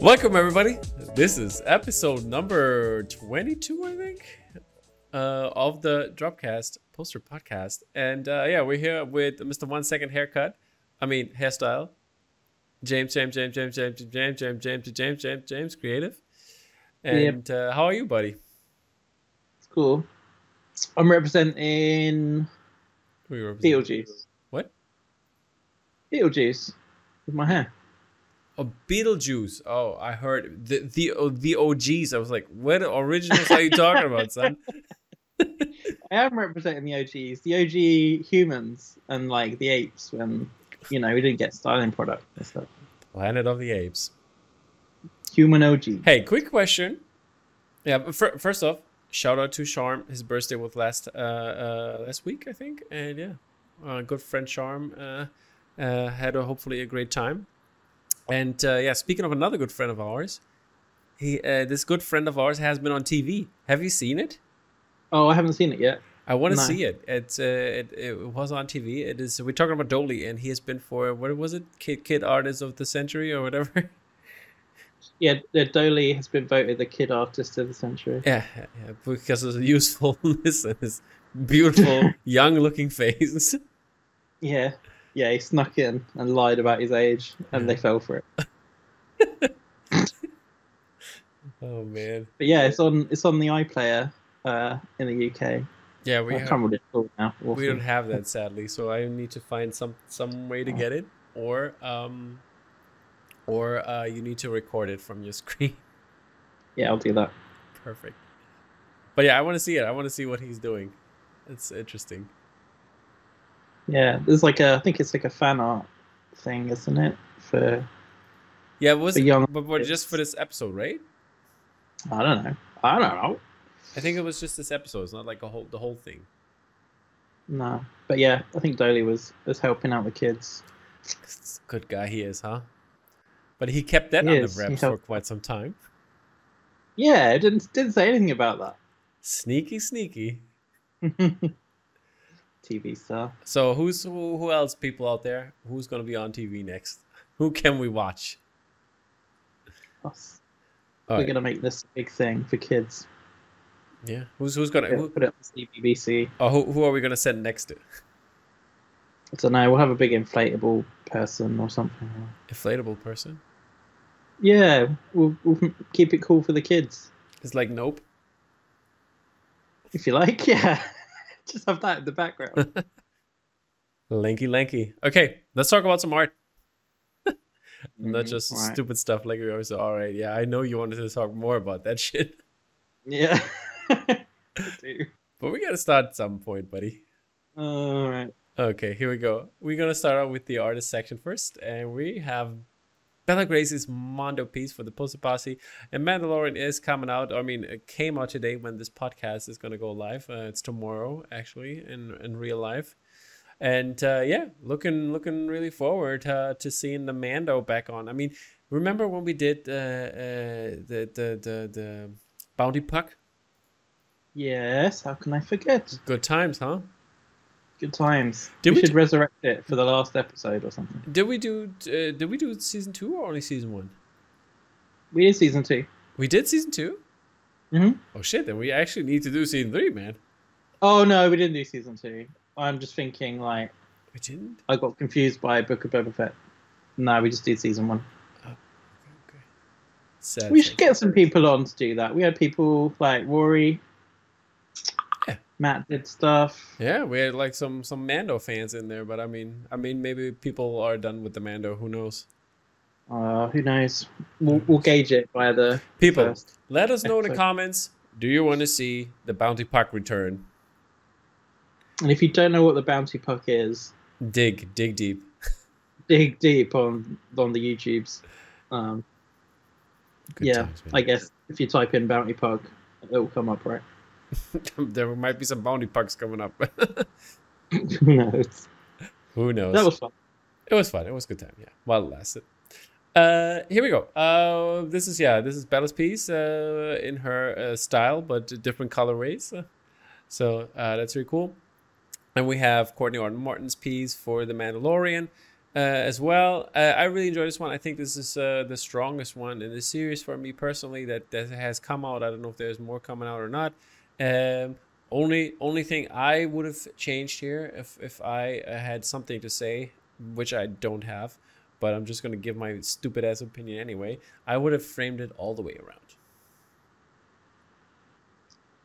Welcome everybody. This is episode number 22, I think, uh, of the Dropcast Poster Podcast. And uh, yeah, we're here with Mr. One Second Haircut. I mean hairstyle. James, James, James, James, James, James, James, James, James, James, James, Creative. And uh, how are you, buddy? It's cool. I'm representing Who you represent? Beetlejuice. What? Beetlejuice with my hair. Oh, Beetlejuice. Oh, I heard the the oh, the OGs. I was like, what originals are you talking about, son? I am representing the OGs, the OG humans, and like the apes when you know we didn't get styling product and stuff. Planet of the Apes. Human OG. Hey, quick question. Yeah, but fir- first off, shout out to Charm. His birthday was last uh, uh, last week, I think, and yeah, uh, good friend Charm uh, uh, had a, hopefully a great time. And uh, yeah, speaking of another good friend of ours, he uh, this good friend of ours has been on TV. Have you seen it? Oh, I haven't seen it yet. I want to No. see it. It's uh, it, it was on TV. It is. We're talking about Dolly, and he has been for what was it? Kid Kid Artist of the Century or whatever. Yeah, the Dolly has been voted the kid artist of the century. Yeah, yeah, yeah, because of the usefulness and his beautiful, young looking face. Yeah, yeah, he snuck in and lied about his age, and they fell for it. Oh, man. But yeah, it's on it's on the iPlayer uh, in the UK. Yeah, we, I have- can't remember what it's called now. we Awesome. don't have that, sadly. So I need to find some, some way to get it, or, um, or uh, you need to record it from your screen. Yeah, I'll do that. Perfect. But yeah, I want to see it. I want to see what he's doing. It's interesting. Yeah, there's like a, I think it's like a fan art thing, isn't it? For Yeah, was for young, but, but just for this episode, right? I don't know, I don't know. I think it was just this episode. It's not like a whole the whole thing. No, but yeah, I think Dolly was was helping out the kids. Good guy he is, huh? But he kept that He under is. He wraps for helped. quite some time. Yeah, it didn't didn't say anything about Sneaky, sneaky. that. TV star. So who's who, who else? People out there, who's gonna be on TV next? Who can we watch? Us. All We're right. gonna make this a big thing for kids. Yeah, who's who's gonna? We're gonna Who, put it on CBBC. oh, who, who are we gonna send next to? I don't know. We'll have a big inflatable person or something. Inflatable person. Yeah, we'll, we'll keep it cool for the kids It's like nope. if you like. Yeah, just have that in the background. Lanky, lanky. Okay, let's talk about some art. Not Mm, just all right. stupid stuff like we always. say, All right, yeah, I know you wanted to talk more about that shit, Yeah. I do. but we gotta start at some point, buddy. All right. Okay, here we go. We're gonna start out with the artist section first, and we have Bella Grace's Mondo piece for the Poster Posse, and Mandalorian is coming out. I mean, it came out today when this podcast is gonna go live. Uh, it's tomorrow, actually, in in real life. And uh, yeah, looking looking really forward uh, to seeing the Mando back on. I mean, remember when we did uh, uh, the, the the the Bounty Puck? Yes. How can I forget? Good times, huh? Good times. Did we, we should do- resurrect it for the last episode or something. Did we do uh, did we do season two or only season one? We did season two. We did season 2 Mhm. Oh shit! Then we actually need to do season three, man. Oh no, we didn't do season two. I'm just thinking like We didn't. I got confused by Book of Boba Fett. No, we just did season one. Okay. Sad. we should get some people on to do that. We had people like Rory. Yeah. Matt did stuff. Yeah, we had like some some Mando fans in there, but I mean, I mean, maybe people are done with the Mando. Who knows? Uh, who knows? We'll, we'll gauge it by the People, first. let us know in the Episode. comments. Do you want to see the Bounty Puck return? And if you don't know what the bounty puck is, Dig, dig deep. dig deep on on the YouTubes. Um, yeah, I guess if you type in bounty pug, it'll come up, right? there might be some Bounty Pucks coming up. no, it's, Who knows? that was fun. It was fun. It was a good time. Yeah, while it lasted. Uh, here we go. Uh, this is yeah, this is Bella's piece. Uh, in her uh, style, but different colorways. So uh, that's really cool. And we have Courtney Orton Martin's piece for The Mandalorian. uh, as well. Uh, I really enjoy this one. I think this is uh, the strongest one in the series for me personally that, that has come out. I don't know if there's more coming out or not. Um, only only thing I would have changed here if if I uh, had something to say, which I don't have, but I'm just gonna give my stupid ass opinion anyway. I would have framed it all the way around.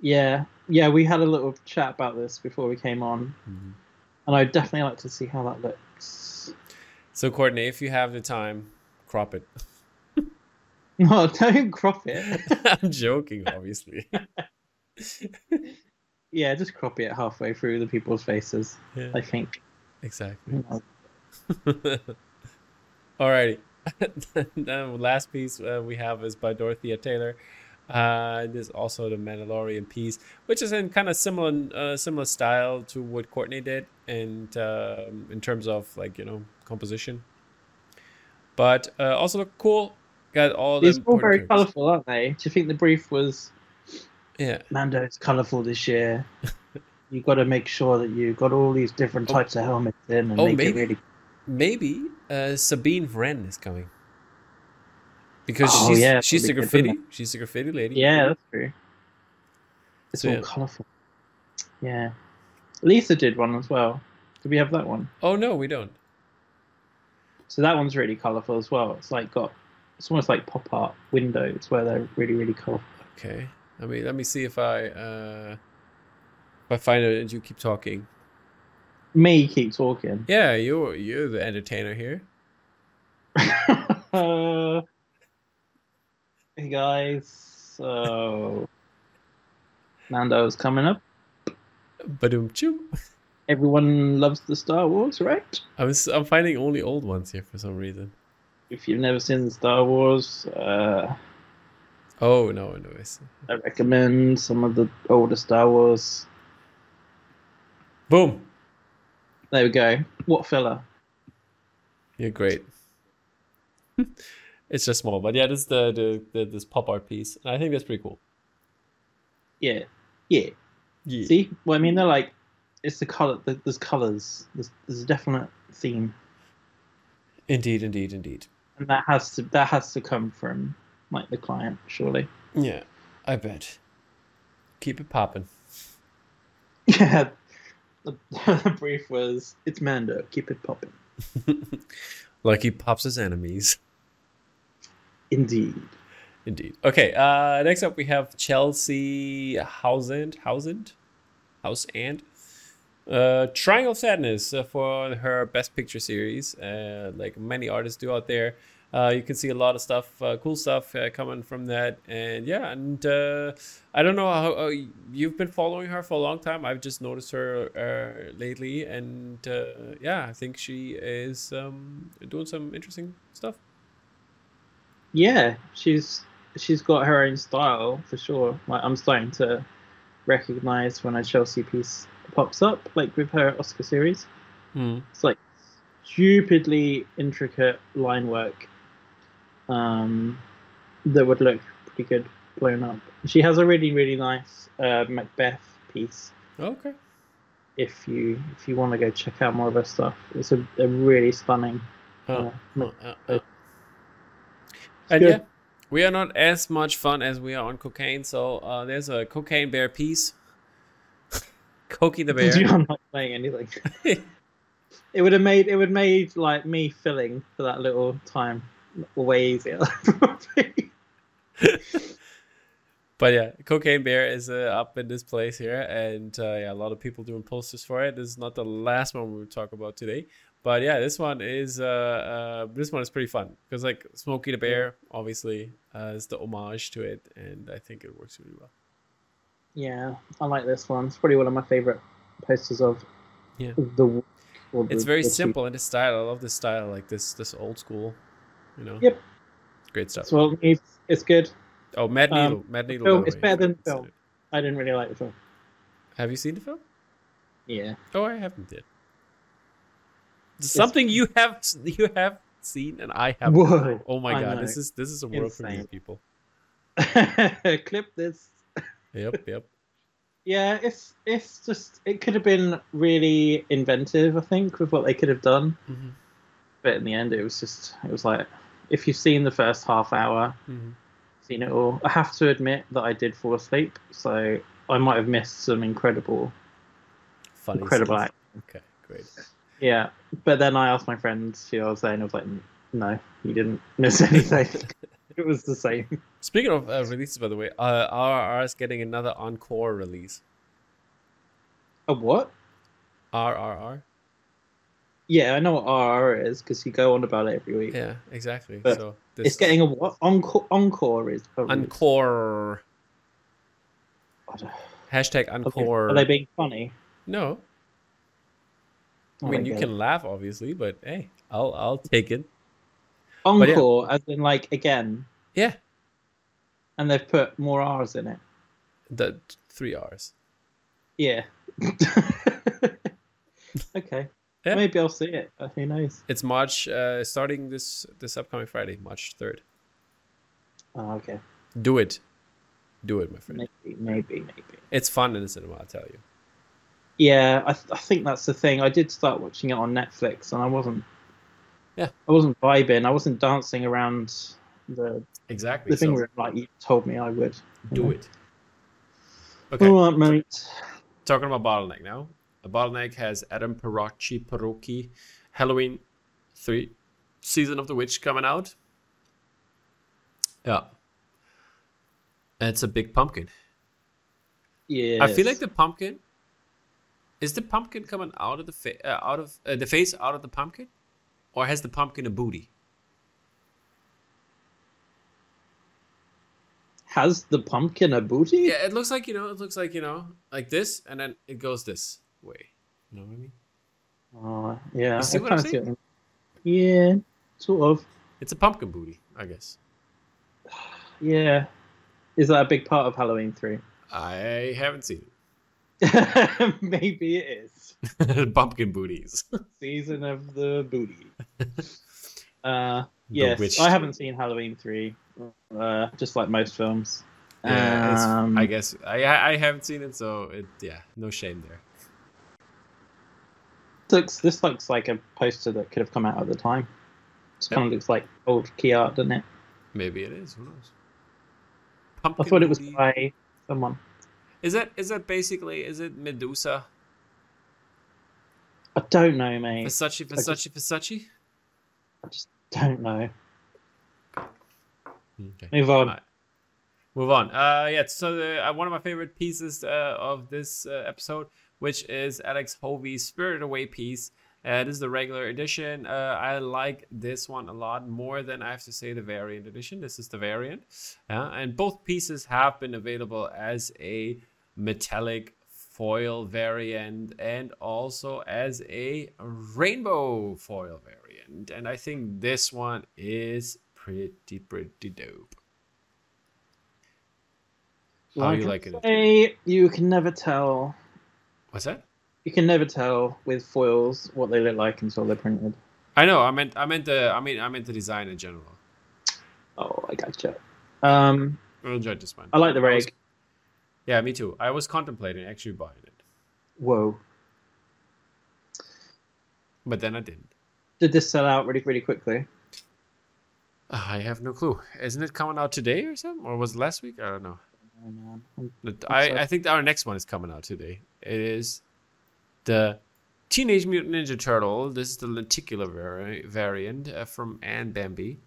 Yeah, yeah, we had a little chat about this before we came on, Mhm. and I'd definitely like to see how that looks. So Courtney, if you have the time, crop it. No, don't crop it. I'm joking, obviously. Yeah, just crop it halfway through the people's faces. Yeah, I think. exactly. Alrighty. the last piece uh, we have is by Dorothea Taylor. Uh, there's also the Mandalorian piece, which is in kind of similar uh, similar style to what Courtney did, and um in terms of like you know composition. But uh, also look cool. Got all the It's all very important characters. colourful, aren't they? Do you think the brief was Yeah, Mando's colourful this year? you got to make sure that you got all these different Oh. types of helmets in and Oh, make maybe. it really. maybe uh, Sabine Wren is coming because Oh, she's yeah, she's the that'd be good, graffiti she's the graffiti lady. Yeah, that's true. It's So, all yeah. colourful. Yeah. Lisa did one as well. Did we have that one? Oh no, we don't. So that one's really colourful as well. It's like got, it's almost like pop art windows where they're really, really colourful. Okay. Let me let me see if I uh if I find it and you keep talking. Me keep talking. Yeah, you're you're the entertainer here. uh, hey guys, so Mando's coming up. Badoom choo. Everyone loves the Star Wars, right? I was I'm finding only old ones here for some reason. If you've never seen Star Wars, uh, Oh no, no, I see. I recommend some of the older Star Wars. Boom. There we go. What filler? You're great. it's just small, but yeah, this is the, the, the this pop art piece. And I think that's pretty cool. Yeah, yeah. Yeah. See, well, I mean, they're like, it's the color. the- There's colors. There's, there's a definite theme, Indeed, indeed, indeed. and that has to that has to come from like the client, surely. Yeah, I bet. Keep it popping. Yeah. The, the brief was, it's Mando, keep it popping. like he pops his enemies. Indeed. Indeed. Okay. Uh, next up, we have Chelsea Housand, Housand, House and uh, Triangle of Sadness uh, for her Best Picture series. Uh, like many artists do out there, uh, you can see a lot of stuff, uh, cool stuff uh, coming from that. And yeah, and uh, I don't know how uh, you've been following her for a long time. I've just noticed her uh, lately, and uh, yeah, I think she is um, doing some interesting stuff. Yeah, she's she's got her own style for sure. Like I'm starting to recognize when a Chelsea piece pops up, like with her Oscar series. It's like stupidly intricate line work um, that would look pretty good blown up. She has a really really nice uh, Macbeth piece. Okay. If you if you want to go check out more of her stuff, it's a, a really stunning. Oh. Uh, Mac- Uh, uh, uh, And Good. yeah, we are not as much fun as we are on cocaine. So uh, there's a cocaine bear piece. Cokie the bear. I'm not playing anything. it would have made it would made like me filling for that little time way easier. probably. But yeah, cocaine bear is uh, up in this place here, and uh, yeah, a lot of people doing posters for it. This is not the last one we will talk about today, but yeah, this one is uh, uh this one is pretty fun because like Smokey the Bear, obviously, uh, is the homage to it, and I think it works really well. yeah, I like this one. It's probably one of my favorite posters of Yeah. the. w- Or the It's very the two. simple in the style. I love the style, like this this old school, you know. Yep. Great stuff. So it's, it's good. Oh, Mad Um, Needle. Mad Needle. film by the is way, better is than what I film. consider. I didn't really like the film. Have you seen the film? Yeah, Oh, I haven't yet. Something you have you have seen and I haven't. Whoa, oh my I god, know. this is this is a world for new Insane. people. clip this. Yep, yep. Yeah, it's it's just it could have been really inventive. I think with what they could have done. Mhm. but of it in the end. It was just it was like if you've seen the first half hour, Mhm. seen it all. I have to admit that I did fall asleep, so I might have missed some incredible Funny. incredible scenes. act. Okay, great. Yeah. But then I asked my friends who I was there and I was like, No, you didn't miss anything. it was the same. Speaking of uh, releases, by the way, uh, RRR is getting another encore release. A what? RRR. Yeah, I know what RR is because you go on about it every week. Yeah, exactly. But so this It's getting a what? Encore, encore is probably. encore. I don't- Hashtag Okay. encore. Are they being funny? No, I Oh mean my you God. can laugh, obviously, but hey, I'll I'll take it. yeah. encore as in like again, Yeah, and they've put more R's in it. the three R's. Yeah. okay. Yeah. Maybe I'll see it. Uh, Who knows? It's March, uh, starting this this upcoming Friday, March third. Oh, okay. Do it, do it, my friend. Maybe, maybe, maybe. It's fun in the cinema, I'll tell you. Yeah, I, th- I think that's the thing. I did start watching it on Netflix, and I wasn't. Yeah. I wasn't vibing. I wasn't dancing around the Exactly. living room like you told me I would. do it. Okay. All right, mate. talking about bottleneck now. A bottleneck has Adam Perocchi, Perocchi, Halloween three, season of the witch coming out. Yeah, it's a big pumpkin. Yeah. I feel like the pumpkin. Is the pumpkin coming out of the fa- uh, out of uh, the face out of the pumpkin, or has the pumpkin a booty? has the pumpkin a booty? Yeah, it looks like you know. It looks like you know, like this, and then it goes this way. You know what I mean? Oh, yeah. You see I what I'm kinda saying? what you mean. Yeah, sort of. It's a pumpkin booty, I guess. Yeah. Is that a big part of Halloween 3? I haven't seen Maybe it is. it. pumpkin booties. Season of the booty. Uh, yes, witch. I haven't seen Halloween 3, uh, just like most films. Yeah, it's- Um, I guess I I I haven't seen it, so it yeah, no shame there. looks, this looks like a poster that could have come out at the time. It Yep. kind of looks like old key art, doesn't it? Maybe it is. Who knows? I Pumpkin thought it was booty. by someone. Is that is that basically is it Medusa? I don't know, mate. Versace, Versace, Versace. I just don't know. Hmm, Okay. Move on. Alright. Move on. Uh, yeah. So the, uh, one of my favorite pieces uh, of this uh, episode, which is Alex Hovey's Spirit Away piece. Uh, this is the regular edition. Uh, I like this one a lot more than I have to say the variant edition. This is the variant, yeah, and both pieces have been available as a metallic foil variant and also as a rainbow foil variant. And I think this one is pretty pretty dope. How you I liking it? say, You can never tell. What's that? You can never tell with foils what they look like until they're printed. I know. I meant. I meant the. I mean. I meant the design in general. Oh, I gotcha. Um, I enjoyed this one. I like the was- rag. Yeah, me too. I was contemplating actually buying it, Whoa. but then I didn't. Did this sell out really, really quickly? I have no clue. Isn't it coming out today or something, or was it last week? I don't know. Oh, man. I'm- But so. I, I think our next one is coming out today. It is the Teenage Mutant Ninja Turtle. This is the lenticular vari- variant uh, from Anne Bambi.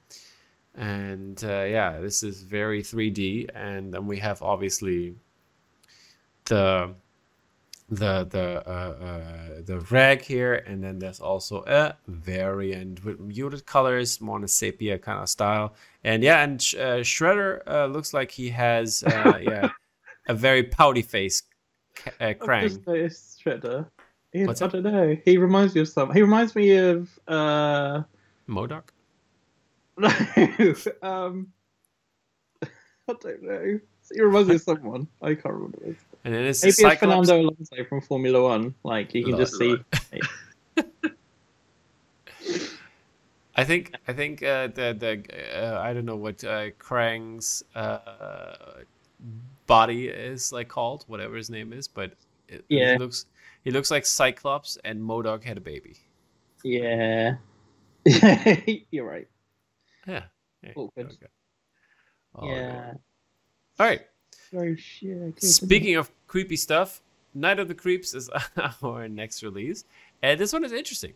And uh, yeah, this is very 3D. And then we have obviously the the the uh, uh, the rag here, and then there's also a variant with muted colors, more in a sepia kind of style. And yeah, and Sh- uh, Shredder uh, looks like he has uh, yeah a very pouty face, ca- uh, I've Krang. just noticed Shredder. He, What's I that? don't know. He reminds me of some. He reminds me of uh Modoc? no um I don't know. He reminds me of someone. I can't remember. This. And then it's Maybe Cyclops. it's Fernando Alonso from Formula One. Like you can Lord, just see. Lord. I think I think uh, the the uh, I don't know what uh, Krang's uh, body is like called, whatever his name is, but it, Yeah. he looks he looks like Cyclops and Modoc had a baby. Yeah. You're right. Yeah. yeah, Awkward. okay. All yeah. right. All right. Very shit. I could've- Speaking of creepy stuff, Night of the Creeps is our next release. Uh, this one is interesting.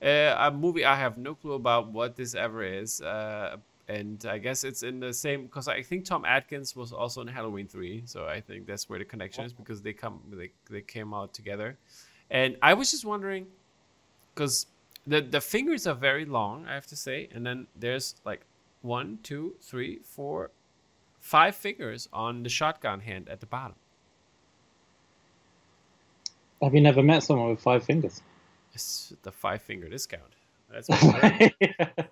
Uh, a movie I have no clue about what this ever is. Uh, and I guess it's in the same because I think Tom Atkins was also in Halloween three, so I think that's where the connection is because they come they, they came out together. And I was just wondering because the the fingers are very long, I have to say, and then there's like one, two, three, four, five fingers on the shotgun hand at the bottom. Have you never met someone with five fingers? It's the five finger discount. That's what I heard.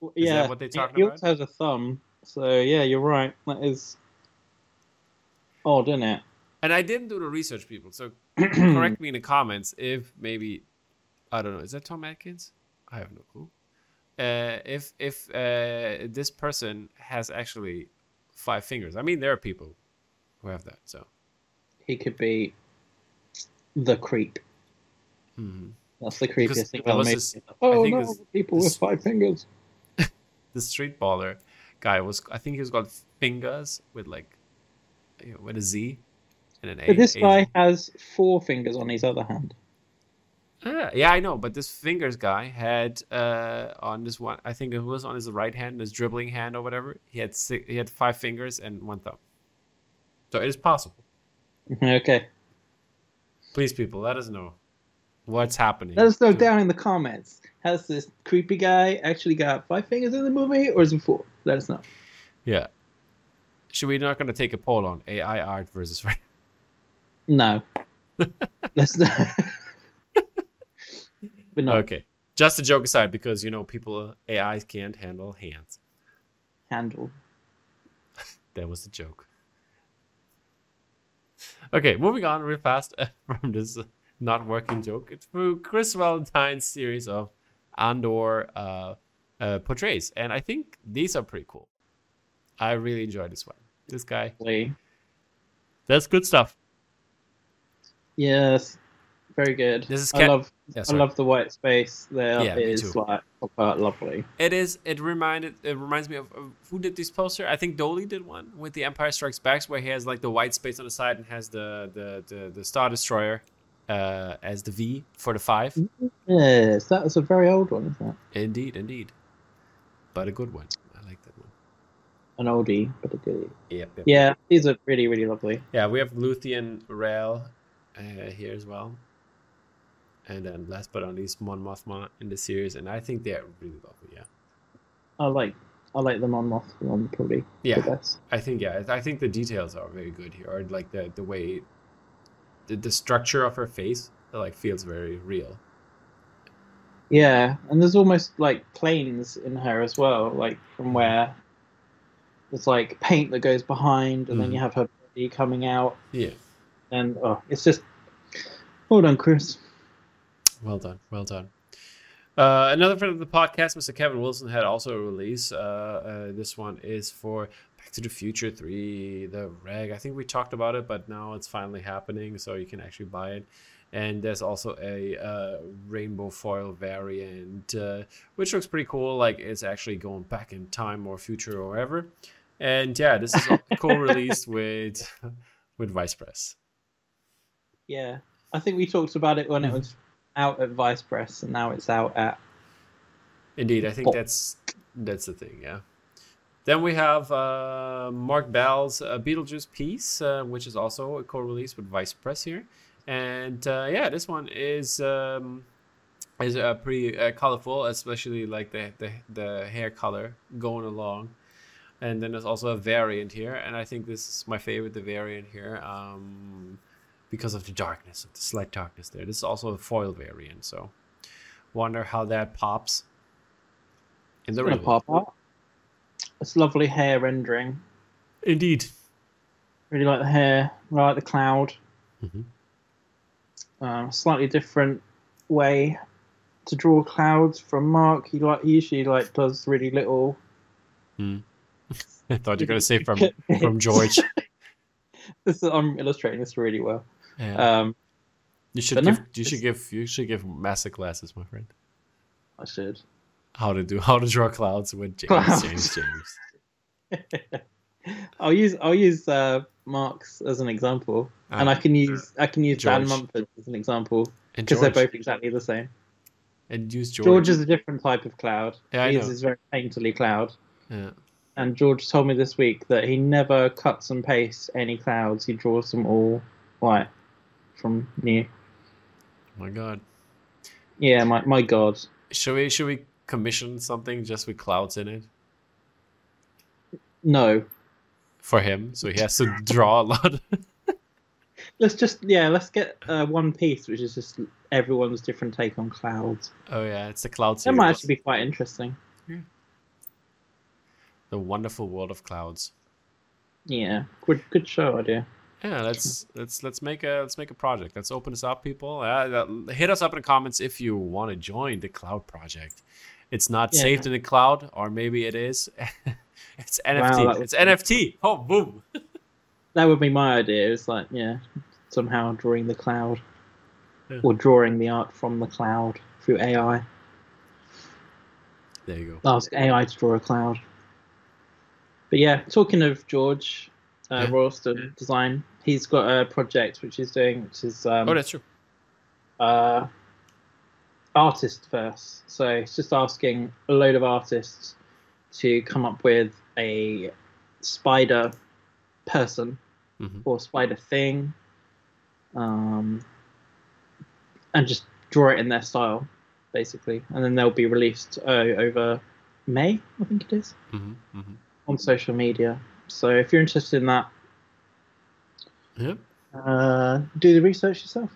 Well, Is yeah. that what they're He- talking he about? also has a thumb. So yeah, you're right. That is odd, isn't it? and I didn't do the research, people. So correct me in the comments if maybe I don't know. Is that Tom Atkins? I have no clue. Uh, if if uh, this person has actually five fingers, I mean there are people who have that. So He could be the creep. hmm. That's the Because creepiest thing there about was me. this- Oh think no, this- people this- with five fingers. the street baller guy was, I think he was called Fingers with like you know, with a Z and an A. But this A- guy has four fingers on his other hand. Ah, yeah, I know, but this fingers guy had uh, on this one. I think it was on his right hand, his dribbling hand or whatever. He had six, he had five fingers and one thumb. So it is possible. okay. Please, people, let us know what's happening. Let us know down in the comments. Has this creepy guy actually got five fingers in the movie or is it four? Let us know. Yeah. Should we not going to take a poll on AI art versus right? No. Let's not. but no, Okay. Just a joke aside, because you know people AI can't handle hands. handle. That was the joke. Okay, moving on real fast uh, from this uh, not working joke It's through Chris Valentine's series of Andor uh, uh, portrays. And I think these are pretty cool. I really enjoy this one. This guy, Lee. that's good stuff. Yes. Very good. This is I Cat- love Yeah, I sorry. love the white space there is Yeah, me too. like proper lovely. It is. It reminded. It reminds me of, of who did this poster. I think Dolly did one with the Empire Strikes Back, where he has like the white space on the side and has the the the, the Star Destroyer uh, as the V for the five. Yes, that was a very old one, isn't it? Indeed, indeed. But a good one. I like that one. An oldie, but a goodie. Yep, yep. Yeah, these are really, really lovely. Yeah, we have Luthien Rail uh, here as well. And then last but not least, Mon Mothma in the series. And I think they're really lovely, yeah. I like I like them on Moth one probably the Yeah, best. I think, yeah. I think the details are very good here. Or like the, the way, the, the structure of her face, it, like feels very real. Yeah, and there's almost like planes in her as well, like from where there's like paint that goes behind, and then Mhm. you have her body coming out, Yeah. and oh, it's just hold on, Chris. Well done. Well done. Uh, another friend of the podcast, Mr. Kevin Wilson, had also a release. Uh, uh, this one is for Back to the Future 3, The Reg. I think we talked about it, but now it's finally happening, so you can actually buy it. And there's also a uh, rainbow foil variant, uh, which looks pretty cool. Like it's actually going back in time or future or wherever. And yeah, this is co released with with Vice Press. Yeah, I think we talked about it when it was out at Vice Press, and now it's out at Indeed, I think Pop. that's that's the thing. Yeah. Then we have uh, Mark Bell's uh, Beetlejuice piece, uh, which is also a co-release with Vice Press here, and uh, yeah, this one is um, is uh, pretty uh, colorful, especially like the, the the hair color going along. And then there's also a variant here, and I think this is my favorite, the variant here, um, because of the darkness, the slight darkness there. This is also a foil variant, so wonder how that pops in the gonna real world. pop up. It's lovely hair rendering. Indeed. Really like the hair. Really like the cloud. Mhm. Um, slightly different way to draw clouds from Mark. He like he usually like does really little. I thought you were gonna say from from George. This is, I'm illustrating this really well. Yeah. Um, You should But no, give you should give you should give master classes, my friend. I should. How to do how to draw clouds with James Clouds. James James. I'll use I'll use uh, Marx as an example, and I Ah, can use I can use Dan George. Mumford as an example And because they're George, both exactly the same. and use George. George. is a different type of cloud. Yeah, I His know. is very painterly cloud. Yeah. And George told me this week that he never cuts and pastes any clouds. He draws them all like from new. Oh my God. Yeah, my my god. Should we should we commission something just with clouds in it No. for him? So he has to draw a lot. Let's just yeah, let's get uh, one piece, which is just everyone's different take on clouds. oh yeah, it's the cloud That series. might actually be quite interesting. The wonderful world of clouds. Yeah, good good show idea. Yeah, let's let's let's make a let's make a project. Let's open this up, people. Uh, that- hit us up in the comments if you want to join the cloud project. It's not Yeah. saved in the cloud, or maybe it is. it's NFT. that would it's be- NFT. Oh, boom! That would be my idea. It's like yeah, somehow drawing the cloud, Yeah. or drawing the art from the cloud through AI. There you go. Ask AI to draw a cloud. But yeah, talking of George uh, Yeah. Royalston Design, he's got a project which he's doing, which is um, oh, that's true. uh, artist first. So it's just asking a load of artists to come up with a spider person Mhm. or spider thing, um, and just draw it in their style, basically. And then they'll be released uh, over May, I think it is, hmm hmm on social media. So if you're interested in that, Yeah. uh, do the research yourself.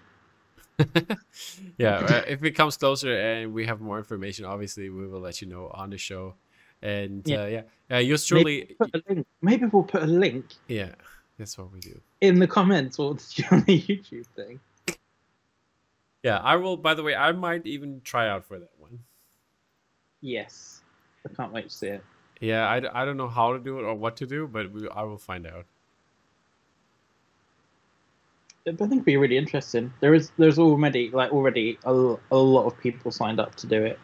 yeah, uh, if it comes closer and we have more information, obviously we will let you know on the show. And Yeah. yeah, uh, yeah, uh, yours truly. Put a link. Maybe we'll put a link Yeah, that's what we do. in the comments or on the YouTube thing. Yeah, I will. By the way, I might even try out for that one. Yes, I can't wait to see it. Yeah, I, d- I don't know how to do it or what to do, but we, I will find out. I think it'd be really interesting. There is there's already like already a, l- a lot of people signed up to do it.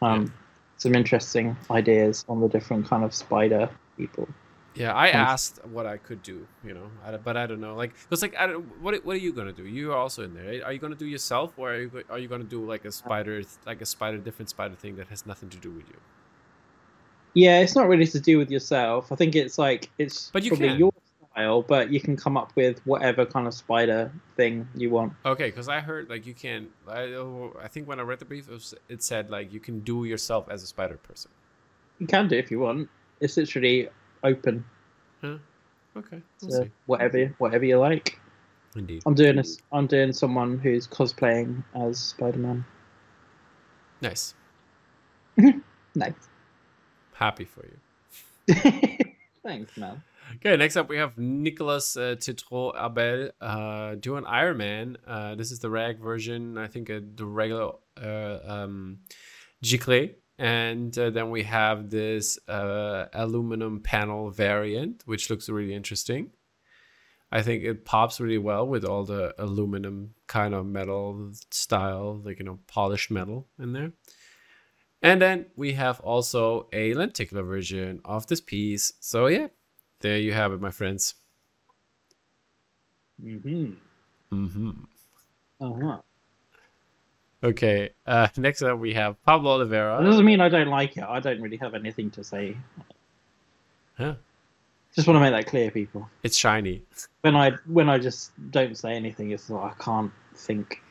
Um, some interesting ideas on the different kind of spider people. Yeah, I Thanks. asked what I could do, you know, I, d- but I don't know. Like, it's like, I don't, what what are you gonna do? You are also in there. right? Are you gonna do yourself, or are you go- are you gonna do like a spider, like a spider, different spider thing that has nothing to do with you? Yeah, it's not really to do with yourself. I think it's like it's But you probably can. your style, but you can come up with whatever kind of spider thing you want. Okay, because I heard like you can. I, oh, I think when I read the brief, it, was, it said like you can do yourself as a spider person. You can do if you want. It's literally open Okay, we'll to see. whatever whatever you like. Indeed, I'm doing this. I'm doing someone who's cosplaying as Spider-Man. nice. Nice. Happy for you. Thanks, man. Okay, next up we have Nicolas uh, Titro Abel uh, doing Iron Man. Uh, this is the rag version, I think, uh, the regular uh, um, Gicle. And uh, then we have this uh, aluminum panel variant, which looks really interesting. I think it pops really well with all the aluminum kind of metal style, like, you know, polished metal in there. And then we have also a lenticular version of this piece. So, yeah, there you have it, my friends. Mm-hmm. Mm-hmm. Uh-huh. Okay. Uh, next up, we have Pablo That Oliveira. doesn't mean I don't like it. I don't really have anything to say. Huh? Just want to make that clear, people. It's shiny. When I when I just don't say anything, it's like I can't think.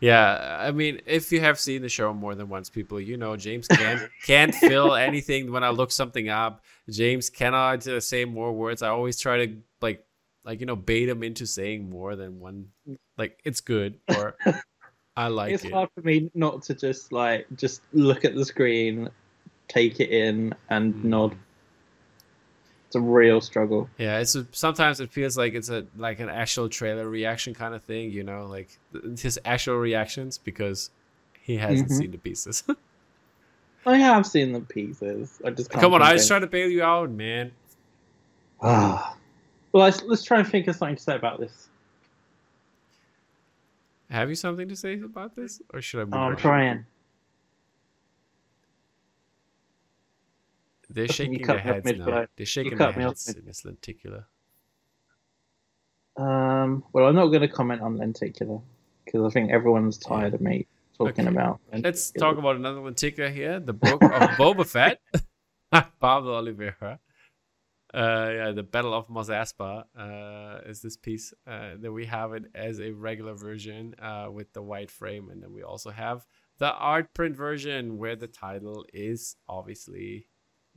Yeah, I mean, if you have seen the show more than once, people, you know James can't can't fill anything when I look something up. James cannot uh, say more words. I always try to like, like you know, bait him into saying more than one. Like it's good or I like it's it. hard for me not to just like just look at the screen, take it in, and Mm. nod. It's a real struggle. Yeah, it's a, sometimes it feels like it's a like an actual trailer reaction kind of thing, you know, like th- his actual reactions because he hasn't Mhm. seen the pieces. I have seen the pieces. I just can't Come on, think I of was trying to bail you out, man. Ah. Well, let's, let's try and think of something to say about this. Have you something to say about this, or should I? Move Oh, I'm on? trying. They're You shaking their cut me off heads now. mid-flow. They're shaking their cut me off heads in this lenticular. Um, well, I'm not going to comment on lenticular because I think everyone's tired of me talking Okay. about. Let's lenticular. talk about another lenticular here. The book of Boba Fett, Pablo Oliveira. Uh, yeah, the Battle of Mos Espa uh, is this piece. Uh, then we have it as a regular version uh, with the white frame, and then we also have the art print version where the title is obviously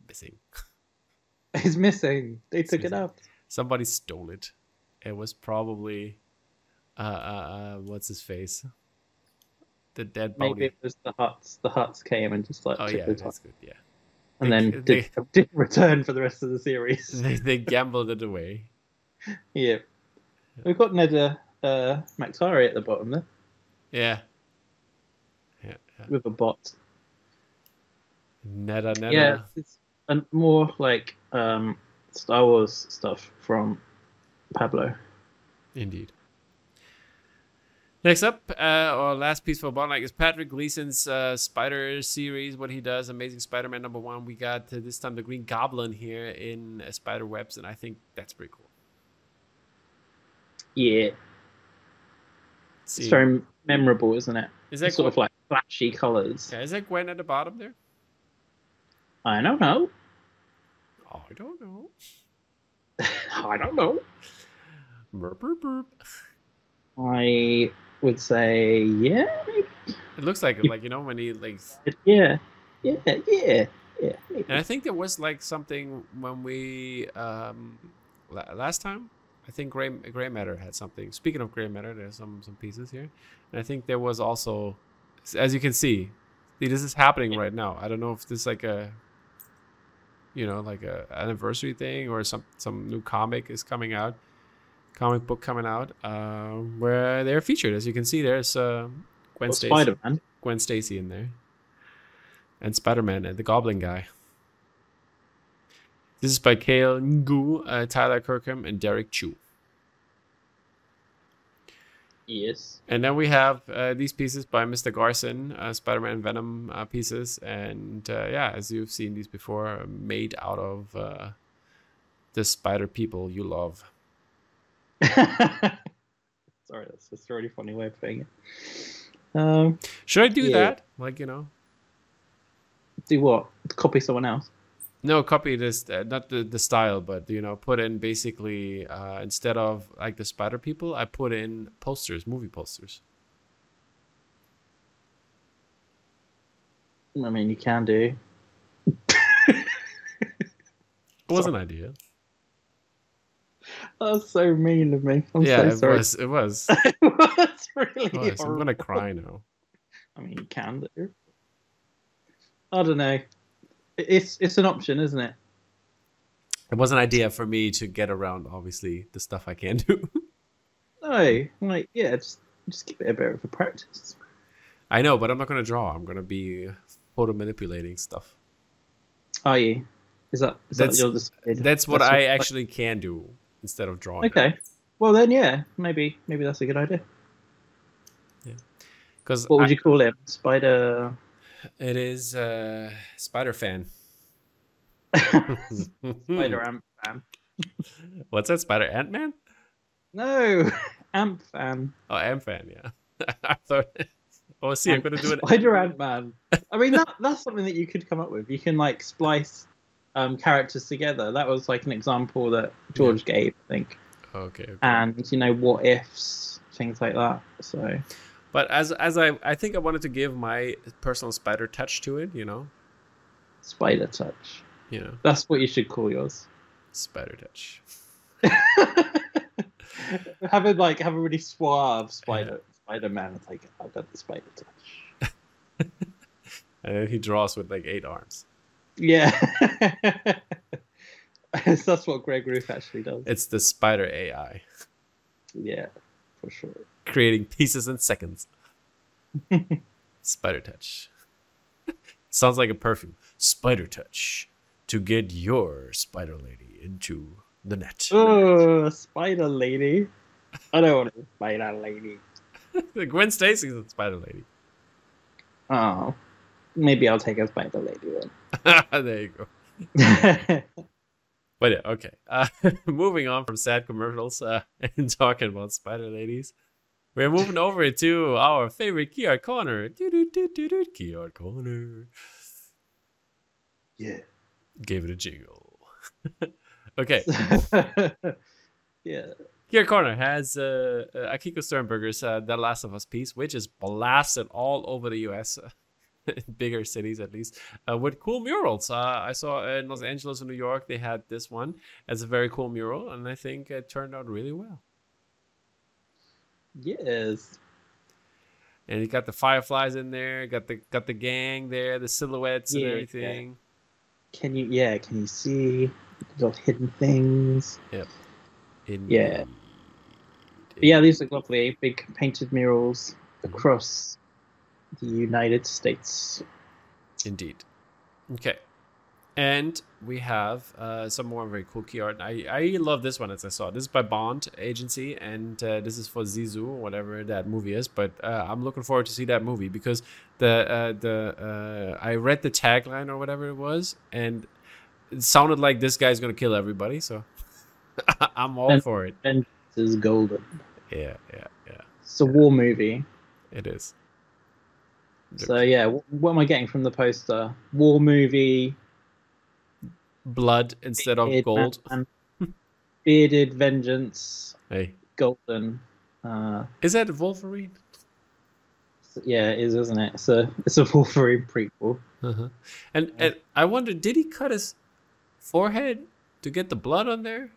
missing. It's missing. They It's took it missing. up. Somebody stole it. It was probably uh, uh, uh, what's his face, the dead body. Maybe it was the huts. The huts came and just like oh took yeah, the top that's good. Yeah. and they- then they- did, did return for the rest of the series. they, they gambled it away. yeah, we've got Neda uh, Maxari at the bottom there Yeah. Yeah. yeah. with a bot. Netta, netta. Yeah, it's and more like um, Star Wars stuff from Pablo. Indeed. Next up, uh, our last piece for Bond like is Patrick Gleason's uh, Spider series. What he does, Amazing Spider-Man number one. We got uh, this time the Green Goblin here in uh, Spider Webs, and I think that's pretty cool. Yeah, See, it's very memorable, isn't it? is that It's sort Gwen, of like flashy colors. yeah, is that Gwen at the bottom there? I don't know. Oh, I don't know. I don't know. Burp, burp, burp. I would say yeah, maybe. It looks like like you know when he like Yeah, yeah, yeah, yeah. maybe. And I think there was like something when we um la- last time. I think gray gray matter had something. Speaking of gray matter, there's some some pieces here, and I think there was also, as you can see, see, this is happening right now. I don't know if this is like a, you know, like a anniversary thing or some some new comic is coming out, comic book coming out, uh, where they're featured. As you can see, there's uh, Gwen Or Stacy, Spider-Man. Gwen Stacy in there, and Spider Man and the Goblin guy. This is by Kale Ngu, uh, Tyler Kirkham, and Derek Chu. Yes. And then we have uh, these pieces by Mr. Garson, uh, Spider Man Venom uh, pieces. And uh, yeah, as you've seen these before, uh, made out of uh, the spider people you love. Sorry, that's just a really funny way of putting it. Um, Should I do Yeah. that? Like, you know. do what? Copy someone else. No, copy this. Uh, not the, the style, but you know, put in basically uh, instead of like the spider people, I put in posters, movie posters. I mean, you can do. It was an idea. That's so mean of me. I'm yeah, so it sorry. was. It was. That's really It was. I'm horrible. gonna cry now. I mean, you can do. I don't know. It's it's an option, isn't it? It was an idea for me to get around, obviously, the stuff I can do. No, like yeah, just just give it a bit of a practice. I know, but I'm not gonna draw. I'm gonna be photo manipulating stuff. Are you? Is that is That's- that your decided? That's what That's I what- actually can do instead of drawing. Okay. Well then, yeah, maybe maybe that's a good idea. Because What would you call it? Spider. it is uh, Spider Fan. Hmm. Spider Amp fan. What's that? Spider Ant Man? No, Amp fan. Oh, Ant fan, yeah. I thought. Oh, see, I'm gonna do it. Spider Ant Man. I mean, that that's something that you could come up with. You can like splice um, characters together. That was like an example that George gave, I think. Okay. okay. And you know, what ifs, things like that. So But as as I I think I wanted to give my personal spider touch to it, you know, Spider Touch. you know, That's what you should call yours. spider touch. have a like have a really suave Spider Spider Man. It's like I've got the Spider Touch. And then he draws with like eight arms. Yeah. That's what Greg Roof actually does. It's the spider AI Yeah, for sure. creating pieces in seconds. spider touch. Sounds like a perfume. Spider touch to get your spider lady into Uh. the net. Oh, spider lady. I don't want a spider lady. Gwen Stacy's the Spider Lady. Oh, maybe I'll take us by the lady there you go. then. But yeah, okay. Uh, moving on from sad commercials uh, and talking about Spider Ladies, we're moving over to our favorite key art corner. Doo-doo-doo-doo-doo, Key art corner. yeah. Gave it a jingle. okay. yeah. Gear Corner has uh, uh, Akiko Sternberger's uh, The Last of Us piece, which is blasted all over the US, bigger cities at least, uh, with cool murals. Uh, I saw in Los Angeles and New York, they had this one as a very cool mural, and I think it turned out really well. Yes. And you got the fireflies in there, got the got the gang there, the silhouettes Yeah, and yeah. everything. Can you? Yeah. Can you see little hidden things? In- Yeah. But yeah, these look lovely. Big painted murals across the United States. Indeed. Okay. And we have uh, some more very cool key art. I, I love this one as I saw. it. This is by Bond Agency, and uh, this is for Zizou, whatever that movie is. But uh, I'm looking forward to see that movie because the uh, the uh, I read the tagline or whatever it was, and it sounded like this guy's gonna kill everybody. So I'm all And- for it. This is golden. Yeah, yeah, yeah. It's a war movie. It is. So yeah, wh- what am I getting from the poster? War movie. Blood instead of bearded gold. man, bearded vengeance. Hey, Golden. Uh, is that Wolverine? s- yeah, it is, isn't it? It's a it's a Wolverine prequel. Uh-huh. And Yeah. and I wonder, did he cut his forehead to get the blood on there,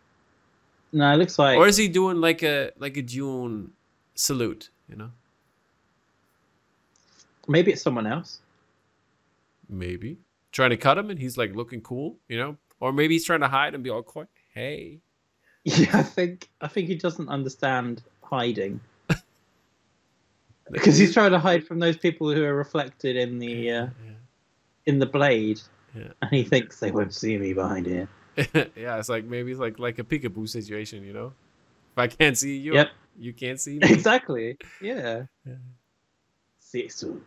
No, it looks like or is he doing like a like a June salute? You know, maybe it's someone else. maybe trying to cut him, and he's like looking cool. You know, or maybe he's trying to hide and be all coy. Hey, Yeah, I think I think he doesn't understand hiding because he's trying to hide from those people who are reflected in the uh, in the blade, Yeah. and he thinks they won't see me behind here. yeah. yeah, it's like maybe it's like like a peekaboo situation. You know, if I can't see you, Yep. you can't see me. exactly. Yeah. Yeah. See you soon.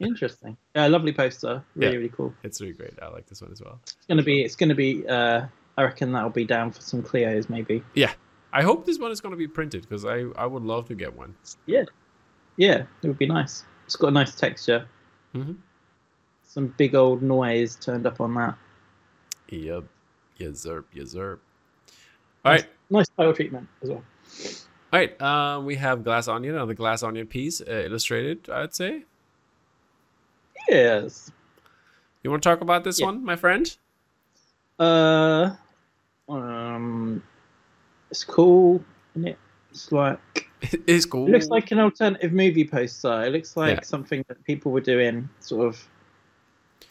Interesting. Yeah, lovely poster. Really, Yeah. really cool. It's really great. I like this one as well. It's gonna be. It's gonna be. Uh, I reckon that'll be down for some Cleos, maybe. I hope this one is going to be printed because I I would love to get one. Yeah, it would be nice. It's got a nice texture. Mhm. Some big old noise turned up on that. Yep. Yes, sir. Yes, sir. All right. Nice style treatment as well. All right, um, we have Glass Onion, another Glass Onion piece, uh, illustrated, I'd say. Yes. You want to talk about this Yeah. one, my friend? Uh, um, it's cool, isn't it? It's like it's cool. It looks like an alternative movie poster. It looks like Yeah. something that people were doing sort of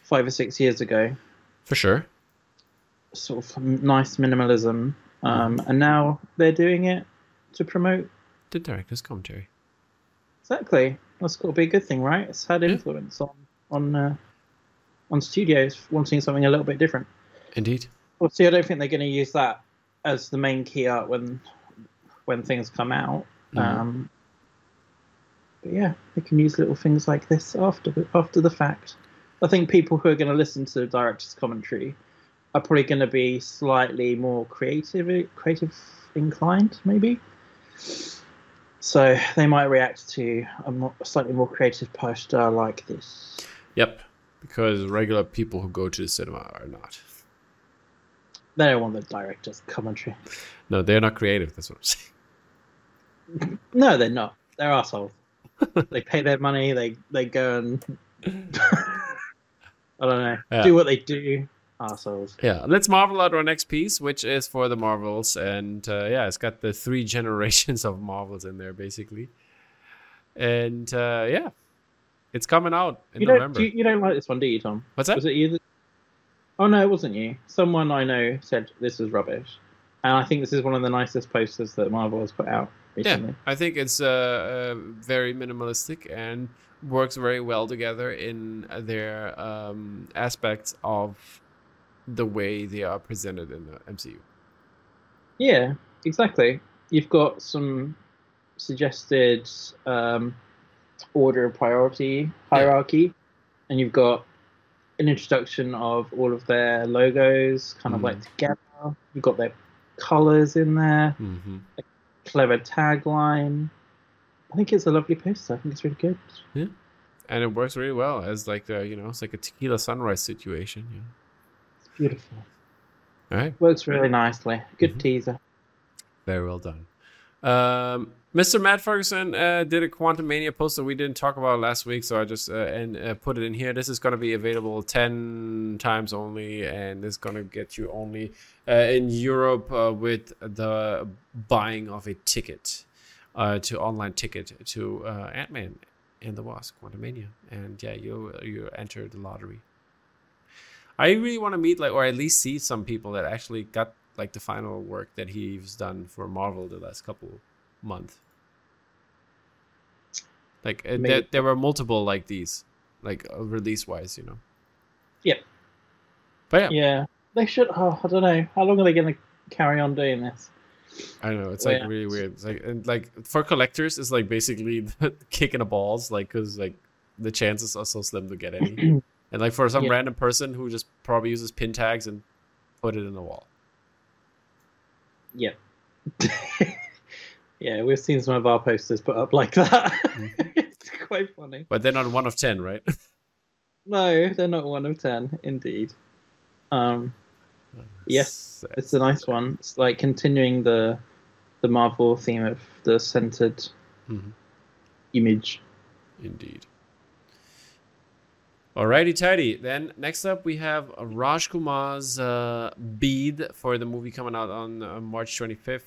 five or six years ago. For sure. Sort of nice minimalism. Um, Mm. and now they're doing it to promote. The director's commentary. Exactly. That's got to be a good thing, right? It's had Yeah. influence on on uh, on studios wanting something a little bit different. Indeed. Well, see, I don't think they're going to use that as the main key art when when things come out. Mhm. Um, but yeah, they can use little things like this after after the fact. I think people who are going to listen to the director's commentary are probably going to be slightly more creative creative inclined, maybe. So they might react to a more, slightly more creative poster like this. Yep. Because regular people who go to the cinema are not. They don't want the director's commentary. No, they're not creative. That's what I'm saying. No, they're not. They're assholes. they pay their money. They they go and I don't know. Yeah. Do what they do. Assholes. Yeah, let's marvel at our next piece, which is for the Marvels, and uh, yeah, it's got the three generations of Marvels in there basically, and uh, yeah, it's coming out in you don't November. you, you don't like this one, do you, Tom? What's that? Was it you? That... Oh no, it wasn't you. Someone I know said this is rubbish, and I think this is one of the nicest posters that Marvel has put out recently. Yeah, I think it's uh, uh, very minimalistic and works very well together in their um, aspects of the way they are presented in the MCU. Yeah, exactly. You've got some suggested um, order of priority hierarchy, and you've got an introduction of all of their logos, kind of Mm. like together. You've got their colors in there, Mm-hmm. clever tagline. I think it's a lovely poster. I think it's really good. And it works really well as like the you know it's like a tequila sunrise situation. Yeah. It's beautiful. All right, Works really nicely. Good Mhm. teaser. very well done. Um, Mr. Matt Ferguson uh, did a Quantum Mania post that we didn't talk about last week, so I just uh, and uh, put it in here. This is going to be available ten times only, and it's going to get you only uh, in Europe uh, with the buying of a ticket, uh, to online ticket to uh, Ant Man and the Wasp, Quantumania, and yeah, you you enter the lottery. I really want to meet like, or at least see some people that actually got like the final work that he's done for Marvel the last couple month. Like uh, there, Maybe. there were multiple like these, like release wise, you know. Yep. But yeah, Yeah. They should. Oh, I don't know. How long are they going to carry on doing this? I don't know. It's Well, like yeah. really weird. It's like and like for collectors, it's like basically kicking the balls, like because like the chances are so slim to get any. and like for some Yeah. random person who just probably uses pin tags and put it in the wall. Yep. yeah, we've seen some of our posters put up like that. Mm-hmm. it's quite funny. But they're not one of ten, right? No, they're not one of ten, indeed. Um, Yes. it's a nice one. It's like continuing the the Marvel theme of the centered Mhm. image. Indeed. Alrighty, tidy. Then next up we have Raj Kumar's uh, bead for the movie coming out on uh, March 25th,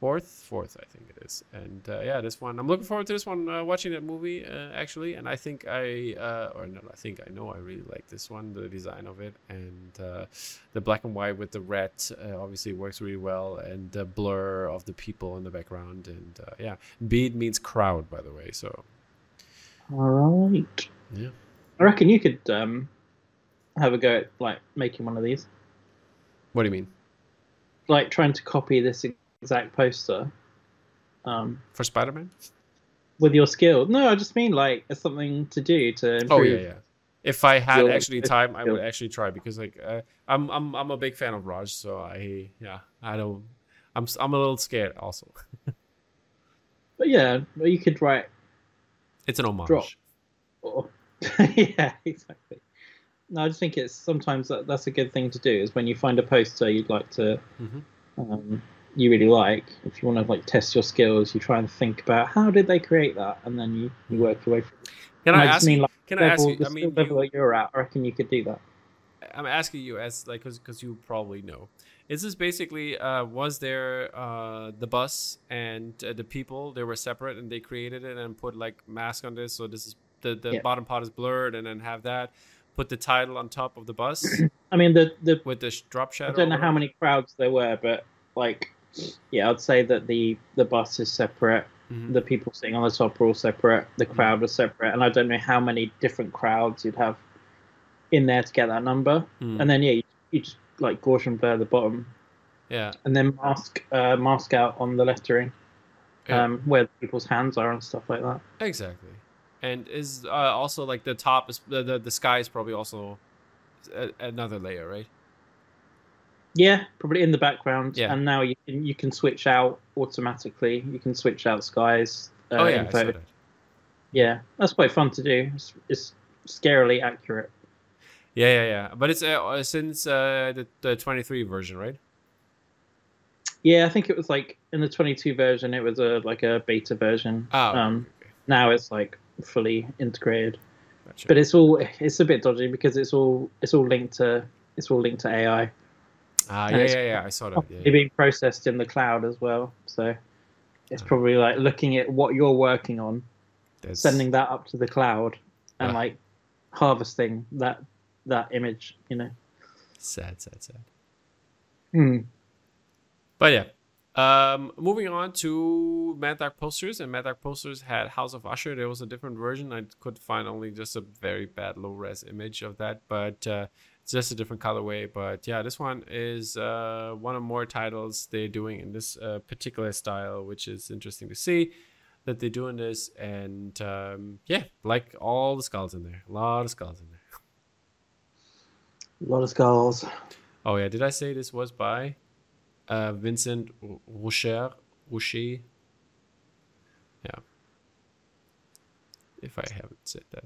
fourth, fourth, I think it is. And uh, yeah, this one I'm looking forward to this one. Uh, watching that movie uh, actually, and I think I uh, or no, I think I know I really like this one. The design of it and uh, the black and white with the red uh, obviously works really well, and the blur of the people in the background. And uh, yeah, bead means crowd, by the way. So All right. Yeah. I reckon you could um, have a go at like making one of these, what do you mean? like trying to copy this exact poster. Um, For Spider Man? with your skill. No, I just mean like it's something to do to improve. Oh yeah, yeah. If I had Yeah, actually it's- time, I would yeah. actually try because like uh, I'm I'm I'm a big fan of Raj, so I yeah I don't I'm s- I'm a little scared also. But yeah, well, you could write. It's an homage. Drop. Or... yeah, exactly. No, I just think it's sometimes that, that's a good thing to do is when you find a poster you'd like to, Mhm. um, you really like. If you want to like test your skills, you try and think about how did they create that, and then you, you work your way. From Mm-hmm. Can And I just ask? mean like Can I ask level, you? the I skill mean, level you, that you're at. I reckon you could do that. I'm asking you as like because you probably know. Is this basically uh, was there uh, the bus and uh, the people they were separate and they created it and put like mask on this so this is the the Yeah. bottom part is blurred and then have that put the title on top of the bus I mean, the the with the sh- drop I shadow. don't know or how many crowds there were, but like, yeah, I'd say that the the bus is separate. whatever. Mhm. the people sitting on the top are all separate, the Mm. crowd was separate, and I don't know how many different crowds you'd have in there to get that number. Mm. And then yeah, you, you just like Gaussian blur the bottom, yeah, and then mask uh, mask out on the lettering, Yeah. um, where people's hands are and stuff like that. exactly. And is uh, also like the top is the the, the sky is probably also a, another layer, right? Yeah, probably in the background. Yeah. And now you can you can switch out automatically. You can switch out skies. Uh, oh yeah, in I saw photo. that. yeah, that's quite fun to do. It's, it's scarily accurate. yeah, yeah, yeah. But it's uh, since uh, the the twenty three version, right? Yeah, I think it was like in the 22 version, it was a like a beta version. Oh, okay, um, okay. now it's like fully integrated, Gotcha. but it's all it's a bit dodgy because it's all it's all linked to it's all linked to AI. ah, and yeah, it's- yeah, yeah. I saw that. Yeah, It's yeah. being processed in the cloud as well, so it's Oh. probably like looking at what you're working on, That's- sending that up to the cloud, and Ah. like harvesting that that image. You know. sad, sad, sad. Hmm. But yeah. Um, moving on to Mad Dog posters, and Mad Dog posters had House of Usher. There was a different version. I could find only just a very bad low res image of that, but uh, it's just a different colorway. But yeah, this one is uh, one of more titles they're doing in this uh, particular style, which is interesting to see. that they're doing this, and um, yeah, like all the skulls in there, a lot of skulls in there. A lot of skulls. Oh yeah, did I say this was by uh, Vincent R- Rocher? Rocher? Yeah. If I haven't said that.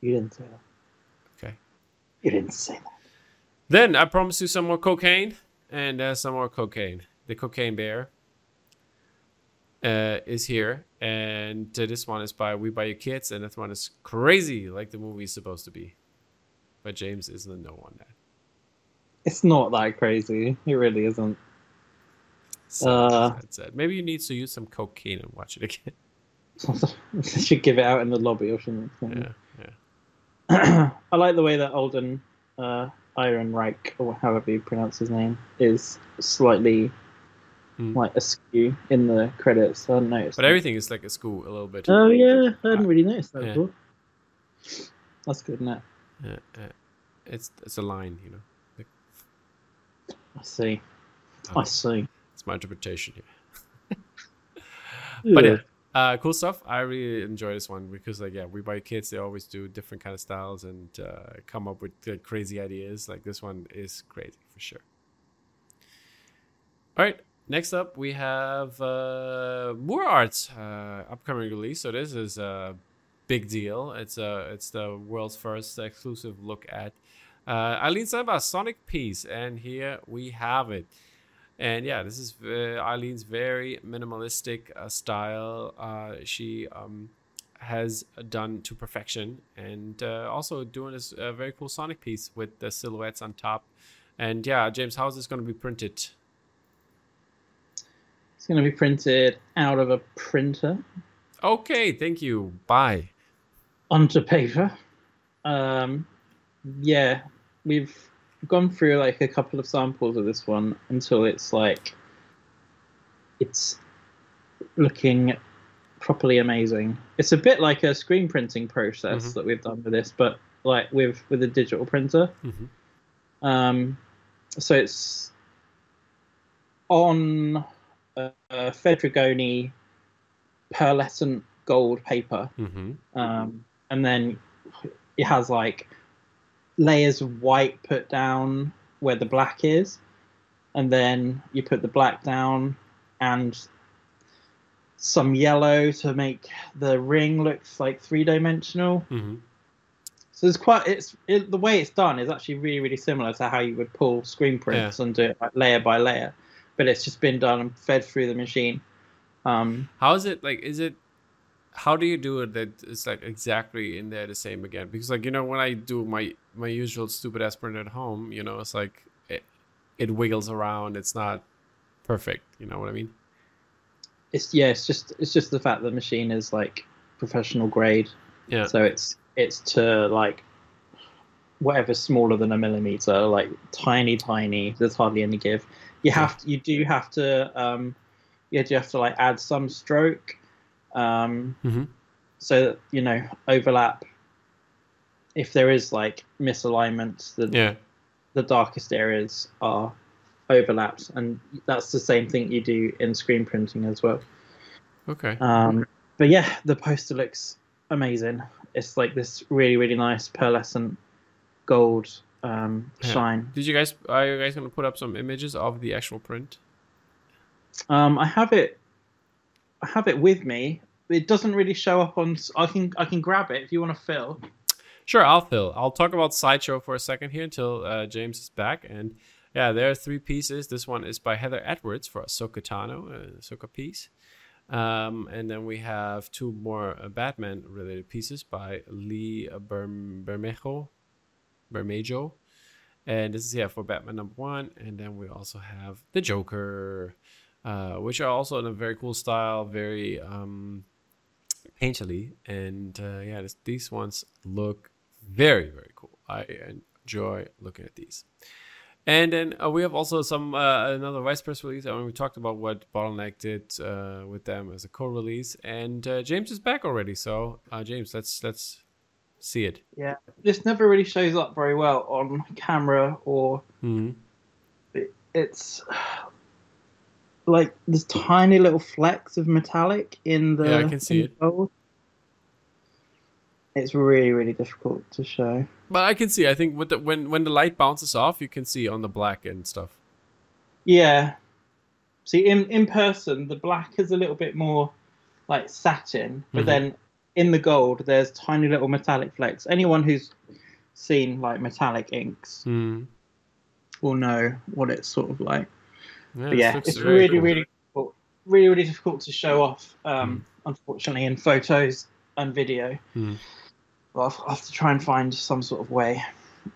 You didn't say that. Okay. You didn't say that. Then I promise you some more cocaine, and uh, some more cocaine. The cocaine bear uh, is here, and uh, this one is by We Buy Your Kids, and that one is crazy, like the movie is supposed to be. But James isn't no one that. It's not that crazy. It really isn't. So Uh. that's sad. Maybe you need to use some cocaine and watch it again. they should give it out in the lobby or something. Yeah, yeah. I like the way that Alden uh, Ehrenreich, or however you pronounce his name, is slightly Mm. like askew in the credits. I hadn't noticed. But that. everything is like a school a little bit. Oh yeah, I hadn't really noticed that Yeah. before. That's good, isn't it? Uh, uh, it's it's a line, you know. I see. Uh, I see. It's my interpretation here. but yeah, Ugh. uh, cool stuff. I really enjoy this one because, like, yeah, we buy kids. They always do different kind of styles and uh, come up with uh, crazy ideas. Like this one is crazy for sure. All right. Next up, we have uh, Moor Arts uh, upcoming release. So this is a big deal. It's uh, it's the world's first exclusive look at uh, Eileen Samba Sonic piece, and here we have it. And yeah, this is uh, Eileen's very minimalistic uh, style. Uh, she um, has done to perfection, and uh, also doing this uh, very cool Sonic piece with the silhouettes on top. And yeah, James, how's this going to be printed? It's going to be printed out of a printer Okay, thank you. Bye. onto paper. Um, yeah, we've gone through like a couple of samples of this one until it's like it's looking properly amazing. It's a bit like a screen printing process Mhm. that we've done with this, but like with with a digital printer. Mhm. Um, so it's on uh, uh, Fedrigoni pearlescent gold paper Mm-hmm. um, and then it has like layers of white put down where the black is, and then you put the black down and some yellow to make the ring looks like three dimensional. Mm-hmm. So it's quite it's it, the way it's done is actually really really similar to how you would pull screen prints and do it like layer by layer, but it's just been done and fed through the machine. Um, How is it like? Is it? How do you do it that it's like exactly in there the same again? Because like you know when I do my my usual stupid ass print at home, you know it's like it, it wiggles around. It's not perfect. You know what I mean? it's yeah, it's just it's just the fact that the machine is like professional grade, Yeah. so it's it's to like whatever smaller than a millimeter, like tiny, tiny. There's hardly any give. You have to, you do have to, um, you do have to like add some stroke, um, Mhm. so that you know overlap. If there is like misalignments, the Yeah. the darkest areas are overlapped, and that's the same thing you do in screen printing as well. Okay. Um, but yeah, the poster looks amazing. It's like this really, really nice pearlescent gold um, Yeah. shine. Did you guys? Are you guys gonna put up some images of the actual print? Um, I have it. I have it with me. It doesn't really show up on. s- I can I can grab it if you want to fill. Sure, I'll fill. I'll talk about Sideshow for a second here until uh, James is back. And yeah, there are three pieces. This one is by Heather Edwards for Ahsoka Tano, uh, Ahsoka piece. Um, and then we have two more uh, Batman related pieces by Lee uh, Berm- Bermejo. Bermejo. And this is, yeah, for Batman number one. And then we also have The Joker, uh, which are also in a very cool style, very um, painterly. And uh, yeah, this, these ones look very, very cool. I enjoy looking at these. And then uh, we have also some uh, another vice press release. I mean, we talked about what Bottleneck did uh, with them as a co-release, and uh, James is back already. So uh, James, let's let's see it. This never really shows up very well on camera, or Mm-hmm. it's like there's tiny little flecks of metallic in the. Yeah, I can see in the it. gold. It's really really difficult to show. But I can see. I think with the, when when the light bounces off, you can see on the black and stuff. Yeah. See, in in person, the black is a little bit more like satin, but Mhm. then in the gold, there's tiny little metallic flecks. Anyone who's seen like metallic inks Hmm. will know what it's sort of like. Yeah, But this yeah, looks it's very really, cool. really, difficult, really, really difficult to show off. Mm. Um, Unfortunately, in photos and video, Hmm. well, I'll- I'll have to try and find some sort of way.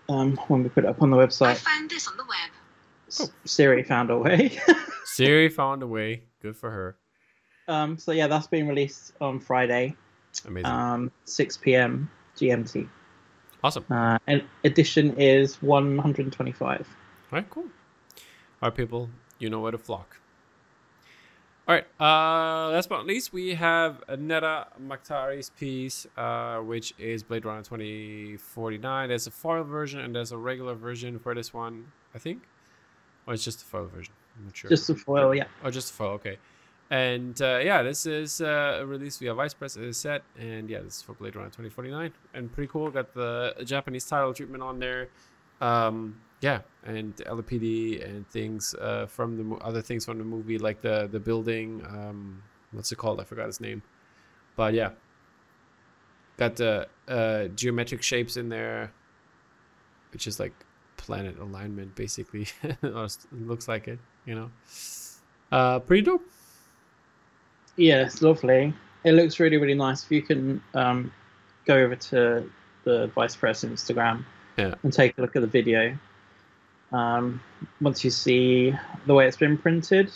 Um, when we put it up on the I website, found this on the web. S- Siri found a way. Siri found a way. Good for her. um, so yeah, that's been released on Friday, Amazing. um, 6 p.m. GMT. awesome. Uh, and edition is 125. All right, cool. All right, people, you know where to flock. All right, uh, last but not least, we have Neta Maktari's piece, uh, which is Blade Runner 2049. There's a foil version and there's a regular version for this one, I think. Or it's just the foil version. I'm not sure. Just the foil, yeah. Oh, just for okay. And uh, yeah, this is uh, a release via Vice Press, as I said. And yeah, this is for Blade Runner 2049. And pretty cool. Got the Japanese title treatment on there. Um, yeah, and LAPD and things uh, from the mo- other things from the movie, like the the building. Um, what's it called? I forgot its name. But yeah, got the uh, geometric shapes in there, which is like planet alignment, basically. Or s- looks like it, you know. Uh, pretty dope. Yeah, it's lovely. It looks really, really nice. If you can um, go over to the Vice Press Instagram Yeah. and take a look at the video. Um, once you see the way it's been printed,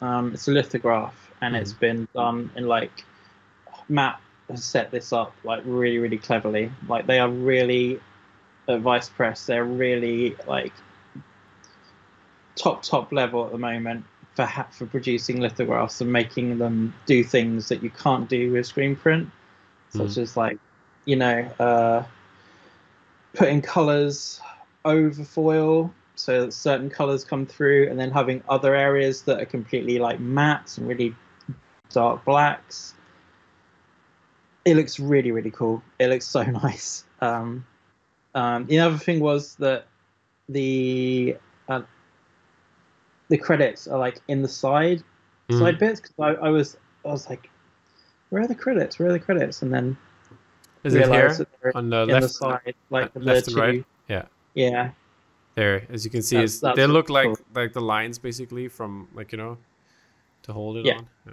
um, it's a lithograph and it's been done in like Matt has set this up like really, really cleverly. Like they are really at Vice Press, they're really like top top level at the moment for ha- for producing lithographs and making them do things that you can't do with screen print, such as like you know uh, putting colors over foil so that certain colors come through, and then having other areas that are completely like mattes and really dark blacks. It looks really really cool. It looks so nice. Um, um, the other thing was that the the credits are like in the side Hmm. side bits because I, I was I was like, where are the credits? Where are the credits? And then Is it here realised that they're on the in left uh, the side, like the left and two- right? Yeah, Yeah, there. As you can see, That's- is that's they look like cool. like the lines basically from like you know to hold it Yeah. on. Yeah.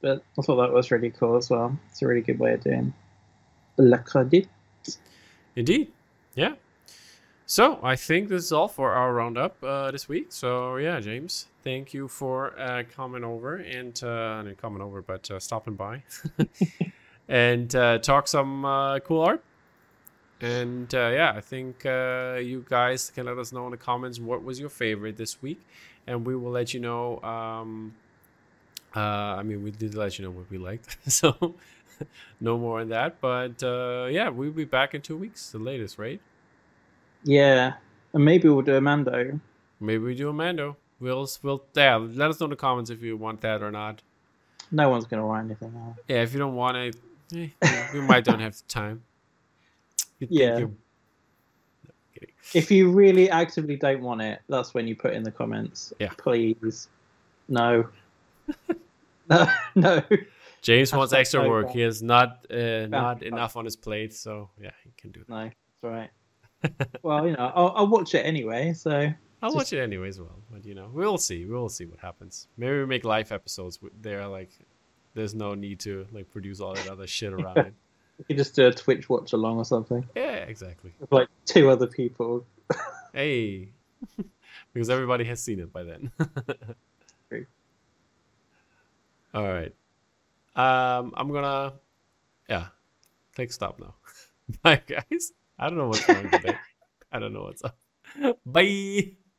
but I thought that was really cool as well. It's a really good way of doing. Le credit. Indeed. Yeah. So I think this is all for our roundup uh, this week. So yeah, James, thank you for uh, coming over and uh, not coming over, but uh, stopping by and uh, talk some uh, cool art. And uh, yeah, I think uh, you guys can let us know in the comments what was your favorite this week, and we will let you know. Um, uh, I mean, we did let you know what we liked, so no more on that. But uh, yeah, we'll be back in two weeks, the latest, right? Yeah, and maybe we'll do a Mando. Maybe we do a Mando. We'll we'll yeah. Let us know in the comments if you want that or not. No one's gonna write anything out. Yeah, if you don't want it, eh, we might don't have the time. You think Yeah. you- If you really actively don't want it, that's when you put in the comments. Yeah. Please, no. no, no. James wants Hashtag extra no work. bad. He has not uh, not bad. enough on his plate, so yeah, he can do that. No, that's right. well, you know, I'll, I'll watch it anyway. So I'll Just- watch it anyways, well, but you know, we'll see. We'll see what happens. Maybe we make live episodes. w- There, like, there's no need to like produce all that other shit around it. we could just do a Twitch watch along or something Yeah, exactly. with like two other people. Hey, because everybody has seen it by then. True. All right. Um, I'm gonna, yeah, click stop now. Bye, guys. I don't know what's wrong today. I don't know what's up. Bye.